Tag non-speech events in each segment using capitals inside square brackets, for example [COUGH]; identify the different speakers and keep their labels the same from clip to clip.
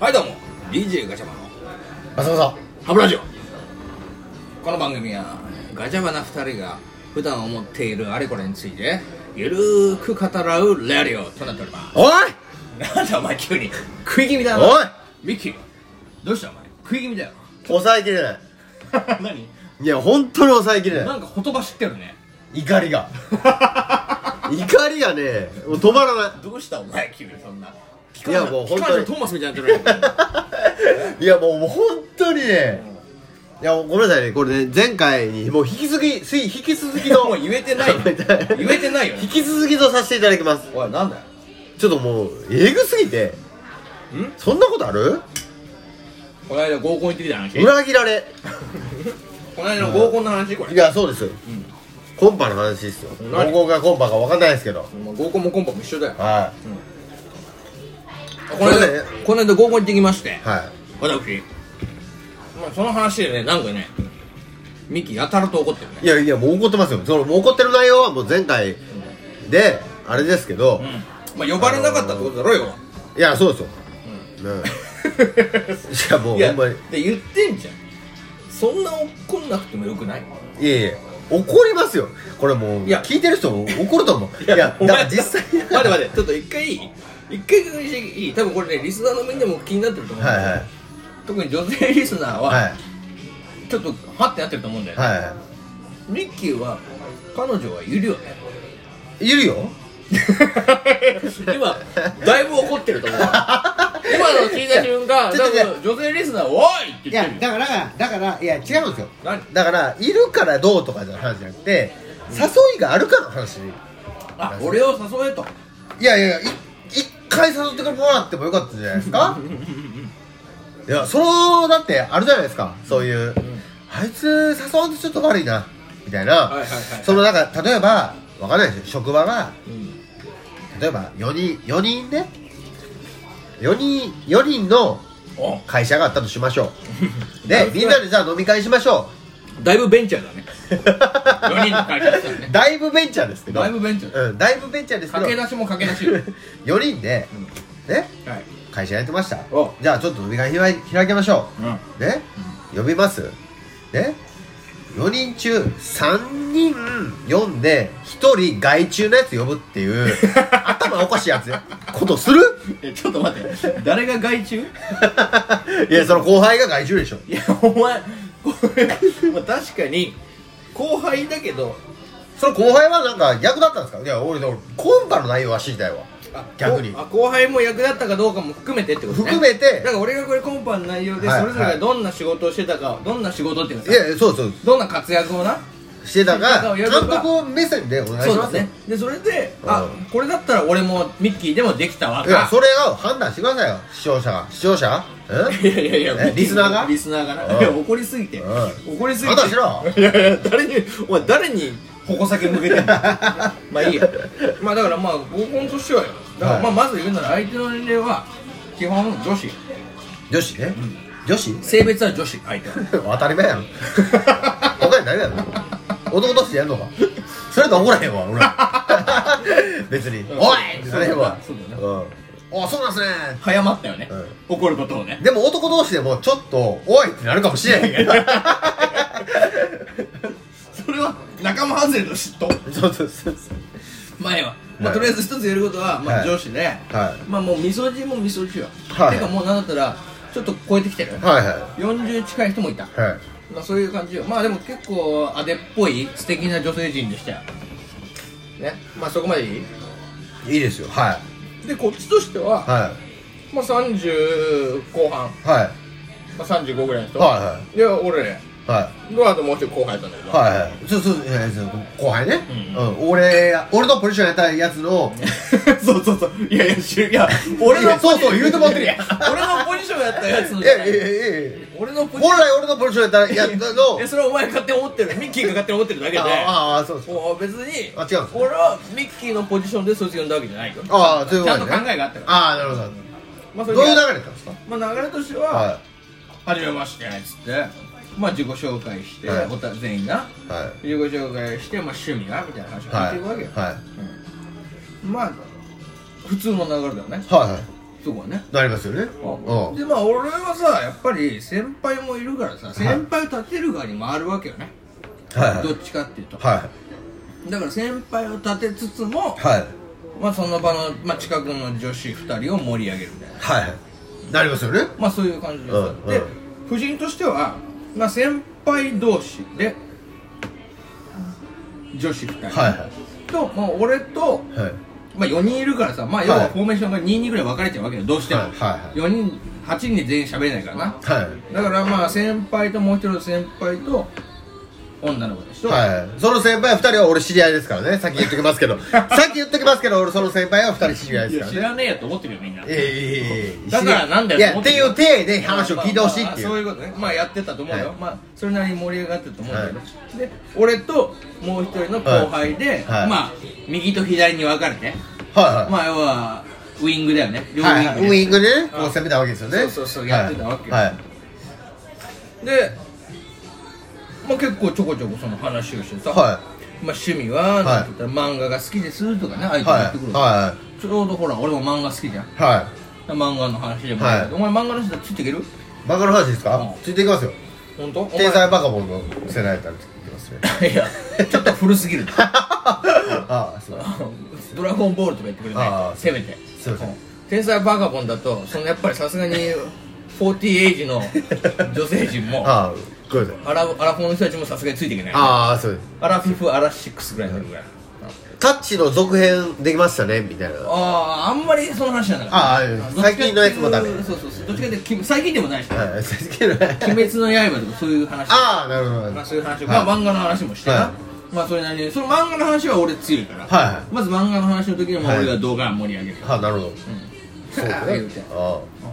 Speaker 1: はいどうも DJ ガチャバの
Speaker 2: バサバサ
Speaker 1: ハブラジオこの番組はガチャバな2人が普段思っているあれこれについてゆるーく語らうレディオとなっておりま
Speaker 2: おい
Speaker 1: すなんだお前急に食い気味だな
Speaker 2: おい
Speaker 1: ミッキーどうしたお前食い気味だよ
Speaker 2: 抑えきれない
Speaker 1: [LAUGHS] 何
Speaker 2: いや本当に抑えきれな
Speaker 1: なんかほとばしってるね
Speaker 2: い怒り [LAUGHS] が怒りがねもう止まらな
Speaker 1: [LAUGHS] どうしたお前急にそんない
Speaker 2: いやもう本当に
Speaker 1: トーマスみたいになってる
Speaker 2: [LAUGHS] いやもう本当にねいやごめんなさいねこれね前回にもう引き続きすい引き続き
Speaker 1: も
Speaker 2: [LAUGHS] の
Speaker 1: う [LAUGHS] 言えてないよ言えてないよ
Speaker 2: 引き続きとさせていただきます
Speaker 1: おいなんだよ
Speaker 2: ちょっともうえぐすぎて
Speaker 1: ん
Speaker 2: そんなことある
Speaker 1: この間合コン行ってきた話
Speaker 2: 裏切られ
Speaker 1: この間の合コンの話こ
Speaker 2: い
Speaker 1: れ
Speaker 2: やそうですよコンパの話ですよ
Speaker 1: 何
Speaker 2: 高校がコンパか分かんないですけど
Speaker 1: もう合コンもコンパも一緒だよ
Speaker 2: は
Speaker 1: この
Speaker 2: そ
Speaker 1: 間
Speaker 2: れで
Speaker 1: この間合コン行ってきまして
Speaker 2: いはい
Speaker 1: 私まあその話でねなんかねミキやたらと怒ってるね
Speaker 2: いやいやもう怒ってますよそのもう怒ってる内容はもう前回であれですけど、
Speaker 1: まあ呼ばれなかったってことだろよ、
Speaker 2: いやそうですよ、ねいやもう
Speaker 1: いや [LAUGHS]
Speaker 2: ほんまに
Speaker 1: で言ってんじゃんそんな怒んなくてもよくない
Speaker 2: いやいや怒りますよこれもう
Speaker 1: いや
Speaker 2: 聞いてる人も怒ると思ういやだ
Speaker 1: お
Speaker 2: か
Speaker 1: 前
Speaker 2: ら実際
Speaker 1: [LAUGHS] 待て待てちょっと一回いい一回確認していい多分これねリスナーのみんなも気になってると思う、
Speaker 2: はいはい
Speaker 1: 特に女性リスナーは、
Speaker 2: はい
Speaker 1: ちょっとハッてなってると思うんだよ、ね
Speaker 2: は
Speaker 1: ミッキーは彼女はいるよね
Speaker 2: いいるよ
Speaker 1: [LAUGHS] 今だいぶ怒ってると思う今の聞いた瞬間
Speaker 2: ちょっとね
Speaker 1: 多分女性リスナー「おい!」って
Speaker 2: い
Speaker 1: 言っ
Speaker 2: や
Speaker 1: てるよ
Speaker 2: だからだからいや違うんですよ
Speaker 1: 何
Speaker 2: だからいるからどうとかじゃ話じゃなくて誘いがあるかの話
Speaker 1: あ俺を誘えと
Speaker 2: いやいやい一回誘ってもらってもよかったじゃないで
Speaker 1: [LAUGHS]
Speaker 2: すかいやそのだってあるじゃないですかそういう、あいつ誘うとちょっと悪いなみたいな、
Speaker 1: いはいはい
Speaker 2: そのなんか例えばわかんないですよ職場が
Speaker 1: うん
Speaker 2: 例えば4人4人ね4人4人の
Speaker 1: お
Speaker 2: 会社があったとしましょ
Speaker 1: [LAUGHS]
Speaker 2: うでみんなでじゃあ飲み会しましょ
Speaker 1: だいぶベンチャーだね
Speaker 2: う
Speaker 1: 四人の会社ですよね
Speaker 2: [LAUGHS] だいぶベンチャーですけど
Speaker 1: だいぶベンチャ
Speaker 2: ー、うん、だいぶベンチャーですけど
Speaker 1: 駆け出しも駆け出し
Speaker 2: [LAUGHS]
Speaker 1: よ
Speaker 2: 4人で、ね
Speaker 1: はい
Speaker 2: 会社やってました
Speaker 1: お
Speaker 2: じゃあちょっと飲み会開開きましょ
Speaker 1: うん
Speaker 2: うね呼びますね4人中3人読んで1人外注のやつ呼ぶっていう
Speaker 1: [LAUGHS]
Speaker 2: 頭おかしいやつことする [LAUGHS]
Speaker 1: えちょっと待って誰が外注
Speaker 2: いやその後輩が外注でしょ
Speaker 1: いやお前これまあ確かに後輩だけど
Speaker 2: その後輩はなんか逆だったんですかいや俺俺コンパの内容は知りたいわ
Speaker 1: あ
Speaker 2: 逆に
Speaker 1: こあ後輩も役立ったかどうかも含めてってことね
Speaker 2: 含めて
Speaker 1: だから俺がこれコンパの内容で
Speaker 2: はい
Speaker 1: それぞれ
Speaker 2: は
Speaker 1: が
Speaker 2: い
Speaker 1: どんな仕事をしてたかどんな仕事っていう
Speaker 2: い
Speaker 1: かさ
Speaker 2: やそうそう
Speaker 1: どんな活躍をな
Speaker 2: してたが
Speaker 1: して
Speaker 2: 監
Speaker 1: たが
Speaker 2: 督目線でお願い
Speaker 1: そう
Speaker 2: し
Speaker 1: だ
Speaker 2: ますよ
Speaker 1: ねでそれであ
Speaker 2: うん
Speaker 1: これだったら俺もミッキーでもできたわ
Speaker 2: いや
Speaker 1: か
Speaker 2: それを判断してくださいよ視聴者が視聴者うん
Speaker 1: [LAUGHS] いやいやいや
Speaker 2: えリスナーが
Speaker 1: リスナーがな、
Speaker 2: うん
Speaker 1: いや怒りすぎて、
Speaker 2: う
Speaker 1: 怒りすぎ
Speaker 2: 判
Speaker 1: て
Speaker 2: 断し
Speaker 1: い
Speaker 2: ろ
Speaker 1: やいや誰にお前誰に矛先向
Speaker 2: [LAUGHS]
Speaker 1: けてんのまあいいやまあだからまあ合コンとしてはよだからまあまず言うなら相手の年齢は基本女子
Speaker 2: 女子ね、女子
Speaker 1: 性別は女子相手は
Speaker 2: [LAUGHS] 当たり前や [LAUGHS] ろ他に何やろ男としてやんのかそれと怒らへんわ俺 [LAUGHS] 別に「おい!」ってなれへんわ
Speaker 1: そうだな
Speaker 2: うん、あそうなんすね
Speaker 1: 早まったよね、
Speaker 2: うん
Speaker 1: 怒ることをね
Speaker 2: でも男同士でもちょっと「おい!」ってなるかもしれへんけど
Speaker 1: それは仲間外れの嫉妬
Speaker 2: [LAUGHS] そうそうそうそ
Speaker 1: 前は、ま
Speaker 2: は
Speaker 1: あ、
Speaker 2: い
Speaker 1: とりあえず一つ言えることは、ま
Speaker 2: は
Speaker 1: あ、
Speaker 2: い
Speaker 1: 女子で、
Speaker 2: うは
Speaker 1: まあもうみそじもみそじよ、
Speaker 2: はい
Speaker 1: てかもうなんだったらちょっと超えてきてる
Speaker 2: いはいは
Speaker 1: 40近い人もいた
Speaker 2: いはい
Speaker 1: まあそういう感じよまあでも結構あでっぽい素敵な女性陣でしたよねまあそこまでいい
Speaker 2: いいですよはい
Speaker 1: でこっちとしては、
Speaker 2: は
Speaker 1: まあ30後半、
Speaker 2: いはい
Speaker 1: まあ、35ぐらいの人
Speaker 2: はい
Speaker 1: で俺ね
Speaker 2: いはい
Speaker 1: ドアともう一人後輩やったんだけど、
Speaker 2: はいはいそうそういやいやそう後輩ね、
Speaker 1: う
Speaker 2: うん俺俺のポジションやったやつの
Speaker 1: [LAUGHS] そうそうそういやいやしゅいや俺のポジ
Speaker 2: そうそう言うてもらってるやん
Speaker 1: 俺のポジションやったやつの
Speaker 2: い
Speaker 1: じゃ
Speaker 2: や
Speaker 1: ない
Speaker 2: やいやいや
Speaker 1: 俺のポジション
Speaker 2: 本来俺のポジションやったらやったの
Speaker 1: えそれはお前が勝手に思ってるミッキーが勝手に思ってるだけで
Speaker 2: あああそうそう
Speaker 1: もう別に
Speaker 2: あ違うんですね
Speaker 1: 俺はミッキーのポジションで卒業んだわけじゃないよ
Speaker 2: ああそういう
Speaker 1: ち
Speaker 2: こ
Speaker 1: ゃ
Speaker 2: と
Speaker 1: んと
Speaker 2: ね
Speaker 1: 考えがあったから
Speaker 2: ああなるほ
Speaker 1: まあそ
Speaker 2: ど
Speaker 1: れ
Speaker 2: どう
Speaker 1: で
Speaker 2: いう流れだったんですか
Speaker 1: まあ流れとしては
Speaker 2: は
Speaker 1: 「はじめまして」っつってまあ自己紹介して
Speaker 2: はい
Speaker 1: おた全員が
Speaker 2: いはい
Speaker 1: 自己紹介してまあ趣味がみたいな話を聞い
Speaker 2: は
Speaker 1: て
Speaker 2: い
Speaker 1: いくわけよ
Speaker 2: はい
Speaker 1: うんまあ普通の流れだよね
Speaker 2: はいはい
Speaker 1: そこはね
Speaker 2: なりますよねうん
Speaker 1: でまあ俺はさやっぱり先輩もいるからさ
Speaker 2: い
Speaker 1: 先輩を立てる側に回るわけよね、
Speaker 2: はい
Speaker 1: どっちかっていうと、
Speaker 2: は
Speaker 1: だから先輩を立てつつも
Speaker 2: い、はい
Speaker 1: まあ、その場の、まあ、近くの女子2人を盛り上げるみたいな
Speaker 2: はいなりますよね
Speaker 1: まあそういう感じです、
Speaker 2: うん
Speaker 1: で
Speaker 2: うん
Speaker 1: 夫人としては、まあ、先輩同士で女子2人、
Speaker 2: は
Speaker 1: と、まあ、俺と
Speaker 2: いはい
Speaker 1: まあ4人いるからさ、まあ要
Speaker 2: は
Speaker 1: はいフォーメーションが22ぐらい分かれちゃうわけよ、どうしても。
Speaker 2: はいはい
Speaker 1: 4人、8人で全員喋れないからな。
Speaker 2: はい
Speaker 1: だからまあ先輩ともう一人の先輩と女の子でしょ。
Speaker 2: はい、その先輩2人は俺知り合いですからね先言っときます
Speaker 1: [LAUGHS]
Speaker 2: けどさっき言っときますけど俺その先輩は2人知り合いです
Speaker 1: や
Speaker 2: から
Speaker 1: 知
Speaker 2: ね
Speaker 1: らねえよと思ってるよみんな。
Speaker 2: いやいやいやいやいや
Speaker 1: だからなんだよ
Speaker 2: いやっていう体で話を聞いてほしいってい
Speaker 1: まあまあまあそういううことね。まあやってたと思うよ。
Speaker 2: はい
Speaker 1: まあそれなりに盛り上がってたと思うけど、で俺ともう一人の後輩で、
Speaker 2: はいはい
Speaker 1: まあ右と左に分かれて、
Speaker 2: はい
Speaker 1: まあ要はウイングだよね。両ウイング
Speaker 2: は
Speaker 1: で
Speaker 2: い、はい、ウイングでね
Speaker 1: うん
Speaker 2: こう攻めたわけですよね
Speaker 1: そうそうそうやってたわけよ
Speaker 2: はい、はい
Speaker 1: で、まあ、結構ちょこちょこその話をしてさ、
Speaker 2: は
Speaker 1: まあ、趣味はなんて言ったら、漫画が好きですとかね相手が言ってくる、
Speaker 2: は
Speaker 1: ちょうどほら俺も漫画好きじゃん
Speaker 2: いは
Speaker 1: 漫画の話でもあるけど、お前漫画の人ついていける
Speaker 2: いバカの話ですか、
Speaker 1: うん
Speaker 2: ついていきますよ
Speaker 1: 本当お前
Speaker 2: 天才バカボンの世代だったらついていきます
Speaker 1: [LAUGHS]
Speaker 2: ね
Speaker 1: いやちょっと古すぎる
Speaker 2: ああすいま
Speaker 1: [LAUGHS] ドラゴンボールとか言ってくれな
Speaker 2: あ
Speaker 1: い
Speaker 2: ー
Speaker 1: せめて
Speaker 2: すいません
Speaker 1: うん天才バカボンだとそのやっぱりさすがに40エイジ
Speaker 2: [LAUGHS]
Speaker 1: の女性陣もア
Speaker 2: ああごめんなさい
Speaker 1: ラアラフォーの人たちもさすがについていけない
Speaker 2: ああそうです
Speaker 1: アラフィフアラシックスぐらいになるぐらい
Speaker 2: タッチの続編できましたねみたいな [LAUGHS]
Speaker 1: あああんまりその話じゃなかった
Speaker 2: ああ最近のやつもダメ
Speaker 1: そうそうそうどっちかっていうとき最近でもないし「
Speaker 2: はい最近のね
Speaker 1: 鬼滅の刃」とかそういう話
Speaker 2: ああなるほど
Speaker 1: ま
Speaker 2: は
Speaker 1: あ
Speaker 2: い
Speaker 1: そういう話を、
Speaker 2: はい
Speaker 1: まあ漫画の話もしてな、
Speaker 2: は
Speaker 1: まあそれなりにその漫画の話は俺強いから、
Speaker 2: は
Speaker 1: まず漫画の話の時にも
Speaker 2: はい
Speaker 1: 俺が動画を盛り上げる、
Speaker 2: いあなるほどそう
Speaker 1: あ
Speaker 2: だ
Speaker 1: あ [LAUGHS]
Speaker 2: ね
Speaker 1: 言うて
Speaker 2: ああ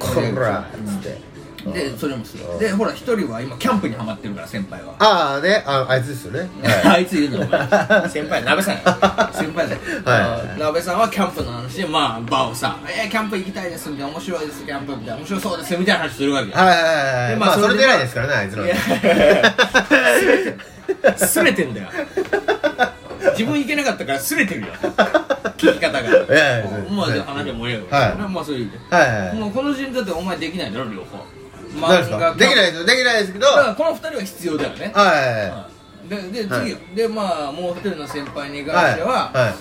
Speaker 2: こらつって
Speaker 1: でそれもする
Speaker 2: うん
Speaker 1: でほら一人は今キャンプにハマってるから先輩は
Speaker 2: ああねああいつですよね
Speaker 1: あ
Speaker 2: はい
Speaker 1: いつ言うのお前先輩鍋さんや先輩だよ
Speaker 2: はい
Speaker 1: あ鍋さんはキャンプの話でまあ場をさ「えー、キャンプ行きたいです」みたいな「面白いですキャンプ」みたいな「面白そうです」みたいな話するわけよ
Speaker 2: はいはいはいは
Speaker 1: で
Speaker 2: い
Speaker 1: まあ
Speaker 2: まあそれで
Speaker 1: それで
Speaker 2: ないですからねあいつら
Speaker 1: いやすれてるすれてんだよ自分行けなかったからすれてるよ聞き方
Speaker 2: いやいや
Speaker 1: がもう
Speaker 2: はい
Speaker 1: 話も盛り上がる
Speaker 2: は
Speaker 1: まあそういう
Speaker 2: はいはい
Speaker 1: もうこの人だってお前できないだろ両方
Speaker 2: 何ですかできないいですよできないですけど
Speaker 1: だか
Speaker 2: は
Speaker 1: らこの二人は必要だよね
Speaker 2: いはいは
Speaker 1: でで
Speaker 2: は
Speaker 1: 次
Speaker 2: い
Speaker 1: よでまあもう一人の先輩に
Speaker 2: い
Speaker 1: 関しては
Speaker 2: はいは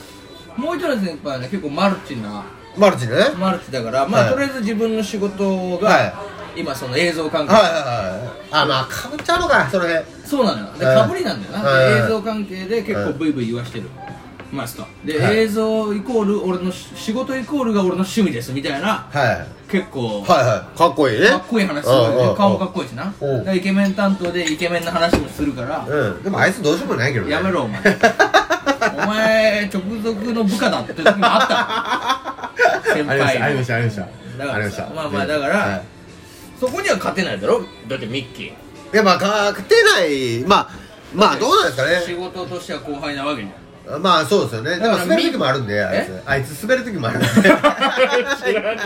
Speaker 1: もう一人の先輩はね結構マルチない
Speaker 2: マルチのねはい
Speaker 1: マルチだからまあ
Speaker 2: はい
Speaker 1: とりあえず自分の仕事が
Speaker 2: は
Speaker 1: 今その映像
Speaker 2: い
Speaker 1: 関係
Speaker 2: はいあまあかぶっちゃうのかその辺
Speaker 1: そうなのよで
Speaker 2: はい
Speaker 1: かぶりなんだよな、
Speaker 2: はい
Speaker 1: で映像関係で結構ブイブイ言わしてる、ますとで、
Speaker 2: はい
Speaker 1: 映像イコール俺のし仕事イコールが俺の趣味ですみたいな
Speaker 2: はい
Speaker 1: 結構、
Speaker 2: はいはいかっこいいね
Speaker 1: かっこいい話するよ
Speaker 2: うんうんう
Speaker 1: ね
Speaker 2: ん
Speaker 1: 顔もかっこいいしな
Speaker 2: うん
Speaker 1: だからイケメン担当でイケメンの話もするから、
Speaker 2: うんでもあいつどうしようもないけどね
Speaker 1: やめろお前お前直属の部下だって時もあったの先輩の
Speaker 2: ありましたありましたあ
Speaker 1: だ
Speaker 2: りまし
Speaker 1: からさ
Speaker 2: たありました
Speaker 1: まあまあだから
Speaker 2: はい
Speaker 1: そこには勝てないだろだってミッキー
Speaker 2: いやまあ確定ないまあまあどうなんです
Speaker 1: 仕事としては後輩なわけじゃん
Speaker 2: かねまあそうですよねでも
Speaker 1: だから
Speaker 2: 滑る時もあるんであい
Speaker 1: え
Speaker 2: つあいつ滑る時もある
Speaker 1: [LAUGHS]
Speaker 2: んで
Speaker 1: 知らね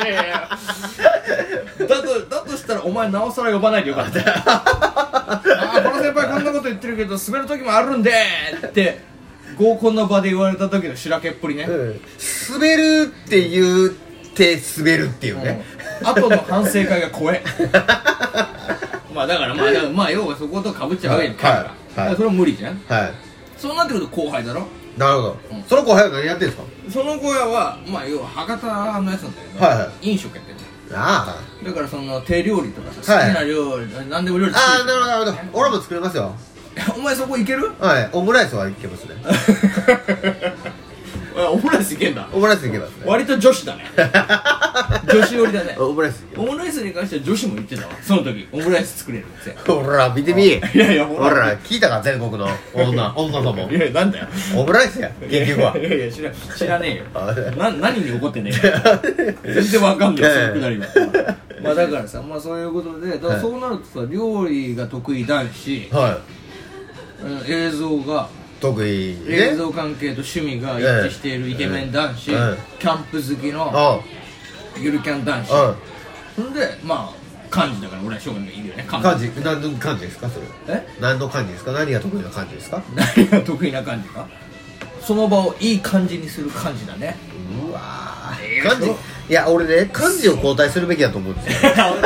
Speaker 1: えよだとだとしたらお前なおさら呼ばないでよかったあーこの先輩こんなこと言ってるけど滑る時もあるんでって合コンの場で言われた時のしらけっぷりね、
Speaker 2: うん滑るって言って滑るっていうね
Speaker 1: あとの反省会が怖え [LAUGHS] まあだからまあだからまあ要はそことかぶっちゃうわけじゃん
Speaker 2: はい
Speaker 1: だ
Speaker 2: は
Speaker 1: か
Speaker 2: い
Speaker 1: らそれは無理じゃん
Speaker 2: はい
Speaker 1: そうなってくると後輩だろ
Speaker 2: なるほど
Speaker 1: うん
Speaker 2: その子早く何やってんですか
Speaker 1: その小屋はまあ要は博多のやつなんだよね、
Speaker 2: はいは
Speaker 1: 飲食やってる
Speaker 2: あ
Speaker 1: だからその手料理とかさ
Speaker 2: はい
Speaker 1: 好きな料理、何でも料
Speaker 2: あ
Speaker 1: 理作
Speaker 2: あ
Speaker 1: る
Speaker 2: あなるほどなるほど俺も作れますよ
Speaker 1: お前そこいけ
Speaker 2: [LAUGHS]
Speaker 1: る
Speaker 2: はいオムライスはいけますね
Speaker 1: オムライスいけんだ
Speaker 2: オムライスいけますね
Speaker 1: 割と女子
Speaker 2: [LAUGHS]
Speaker 1: だね女子寄りだね
Speaker 2: オムライスいけ
Speaker 1: オムライスに関しては女子も言ってたわその時オムライス作れるって
Speaker 2: ほら見てみ
Speaker 1: いやいやほ
Speaker 2: ほ
Speaker 1: ら
Speaker 2: ら聞いたか全国の女女ども
Speaker 1: いやなんだよ
Speaker 2: オムライスや結局はい [LAUGHS]
Speaker 1: やいや知ら知らね
Speaker 2: あ
Speaker 1: えよな何に怒ってんねえ全然わかんないそのくだりは [LAUGHS] まあだからさまあそういうことでだから
Speaker 2: はい
Speaker 1: そうなるとさ料理が得意男子
Speaker 2: はい
Speaker 1: うん映像が
Speaker 2: 得意ね
Speaker 1: 映像関係と趣味が一致しているイケメン男子キ
Speaker 2: ええええ
Speaker 1: ャンプ好きの
Speaker 2: あ
Speaker 1: ゆるキャン男子
Speaker 2: あ
Speaker 1: ほんでまあ幹事だから俺はしょうがないいるよね幹
Speaker 2: 漢字何の漢字ですかそれ
Speaker 1: え
Speaker 2: 何の漢字ですか何が得意な漢字ですか
Speaker 1: [LAUGHS] 何が得意な感じかその場をいい感じにする感じだね
Speaker 2: うわ
Speaker 1: いや
Speaker 2: 漢字
Speaker 1: そう
Speaker 2: いや俺ね漢字を交代するべきだと思うんですよ
Speaker 1: だとし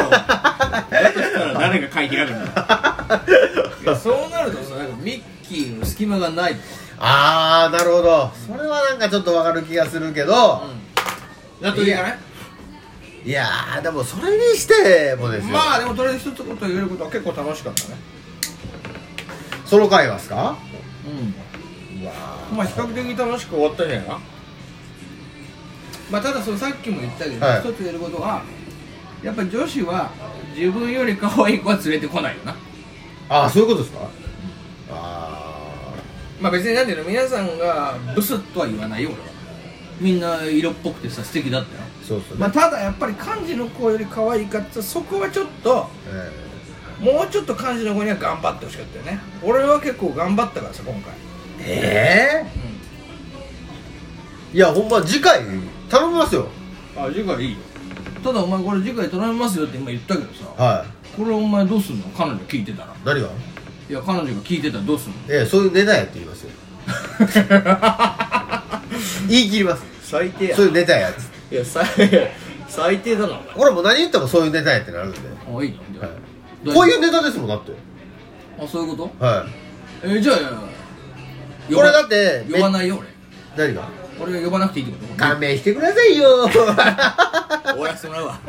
Speaker 1: たら誰が書いてやるん [LAUGHS] だいやそうなるとさなんかミッキーの隙間がないと
Speaker 2: [LAUGHS] ああなるほどそれはなんかちょっとわかる気がするけど、
Speaker 1: だといいかね
Speaker 2: いやーでもそれにしてもですよ、
Speaker 1: まあでもとりあえず一つこと言えることは結構楽しかったね
Speaker 2: ソロ会話ですか
Speaker 1: うんまあ比較的楽しく終わったんじゃないかなまあただそのさっきも言ったけど、
Speaker 2: はい
Speaker 1: 一つ言えることはやっぱ女子は自分より可愛い子は連れてこないよな
Speaker 2: ああそういうことですかあ
Speaker 1: まあ別になんていうの皆さんがブスとは言わないよ俺はみんな色っぽくてさ素敵だったよ
Speaker 2: あそうですね、
Speaker 1: まあ、ただやっぱり漢字の子より可愛いかってそこはちょっと
Speaker 2: え
Speaker 1: もうちょっと漢字の子には頑張ってほしかったよね俺は結構頑張ったからさ今回
Speaker 2: ー、えーいやほんま次回頼みますよ
Speaker 1: あ次回いいよただお前これ次回頼みますよって今言ったけどさ
Speaker 2: は
Speaker 1: これお前どうすんの彼女聞いてたら
Speaker 2: い何が
Speaker 1: いや彼女が聞いてたらどう [LAUGHS] すんの
Speaker 2: ええそういうネタやって言いますよ言い切ります
Speaker 1: 最低
Speaker 2: そういうネタやつ
Speaker 1: いや最 [LAUGHS] 最低だなお
Speaker 2: 俺も何言ってもそういうネタやってなるんで、
Speaker 1: 前あいいのじゃあ、
Speaker 2: はい、こういうネタですもんだって
Speaker 1: あそういうこと
Speaker 2: はい
Speaker 1: えー、じゃあ呼ば
Speaker 2: これだって
Speaker 1: 呼ばないよ
Speaker 2: 何が
Speaker 1: 俺俺が呼ばなくていいってこと
Speaker 2: 勘弁してくださいよ
Speaker 1: 終わらせてもらうわ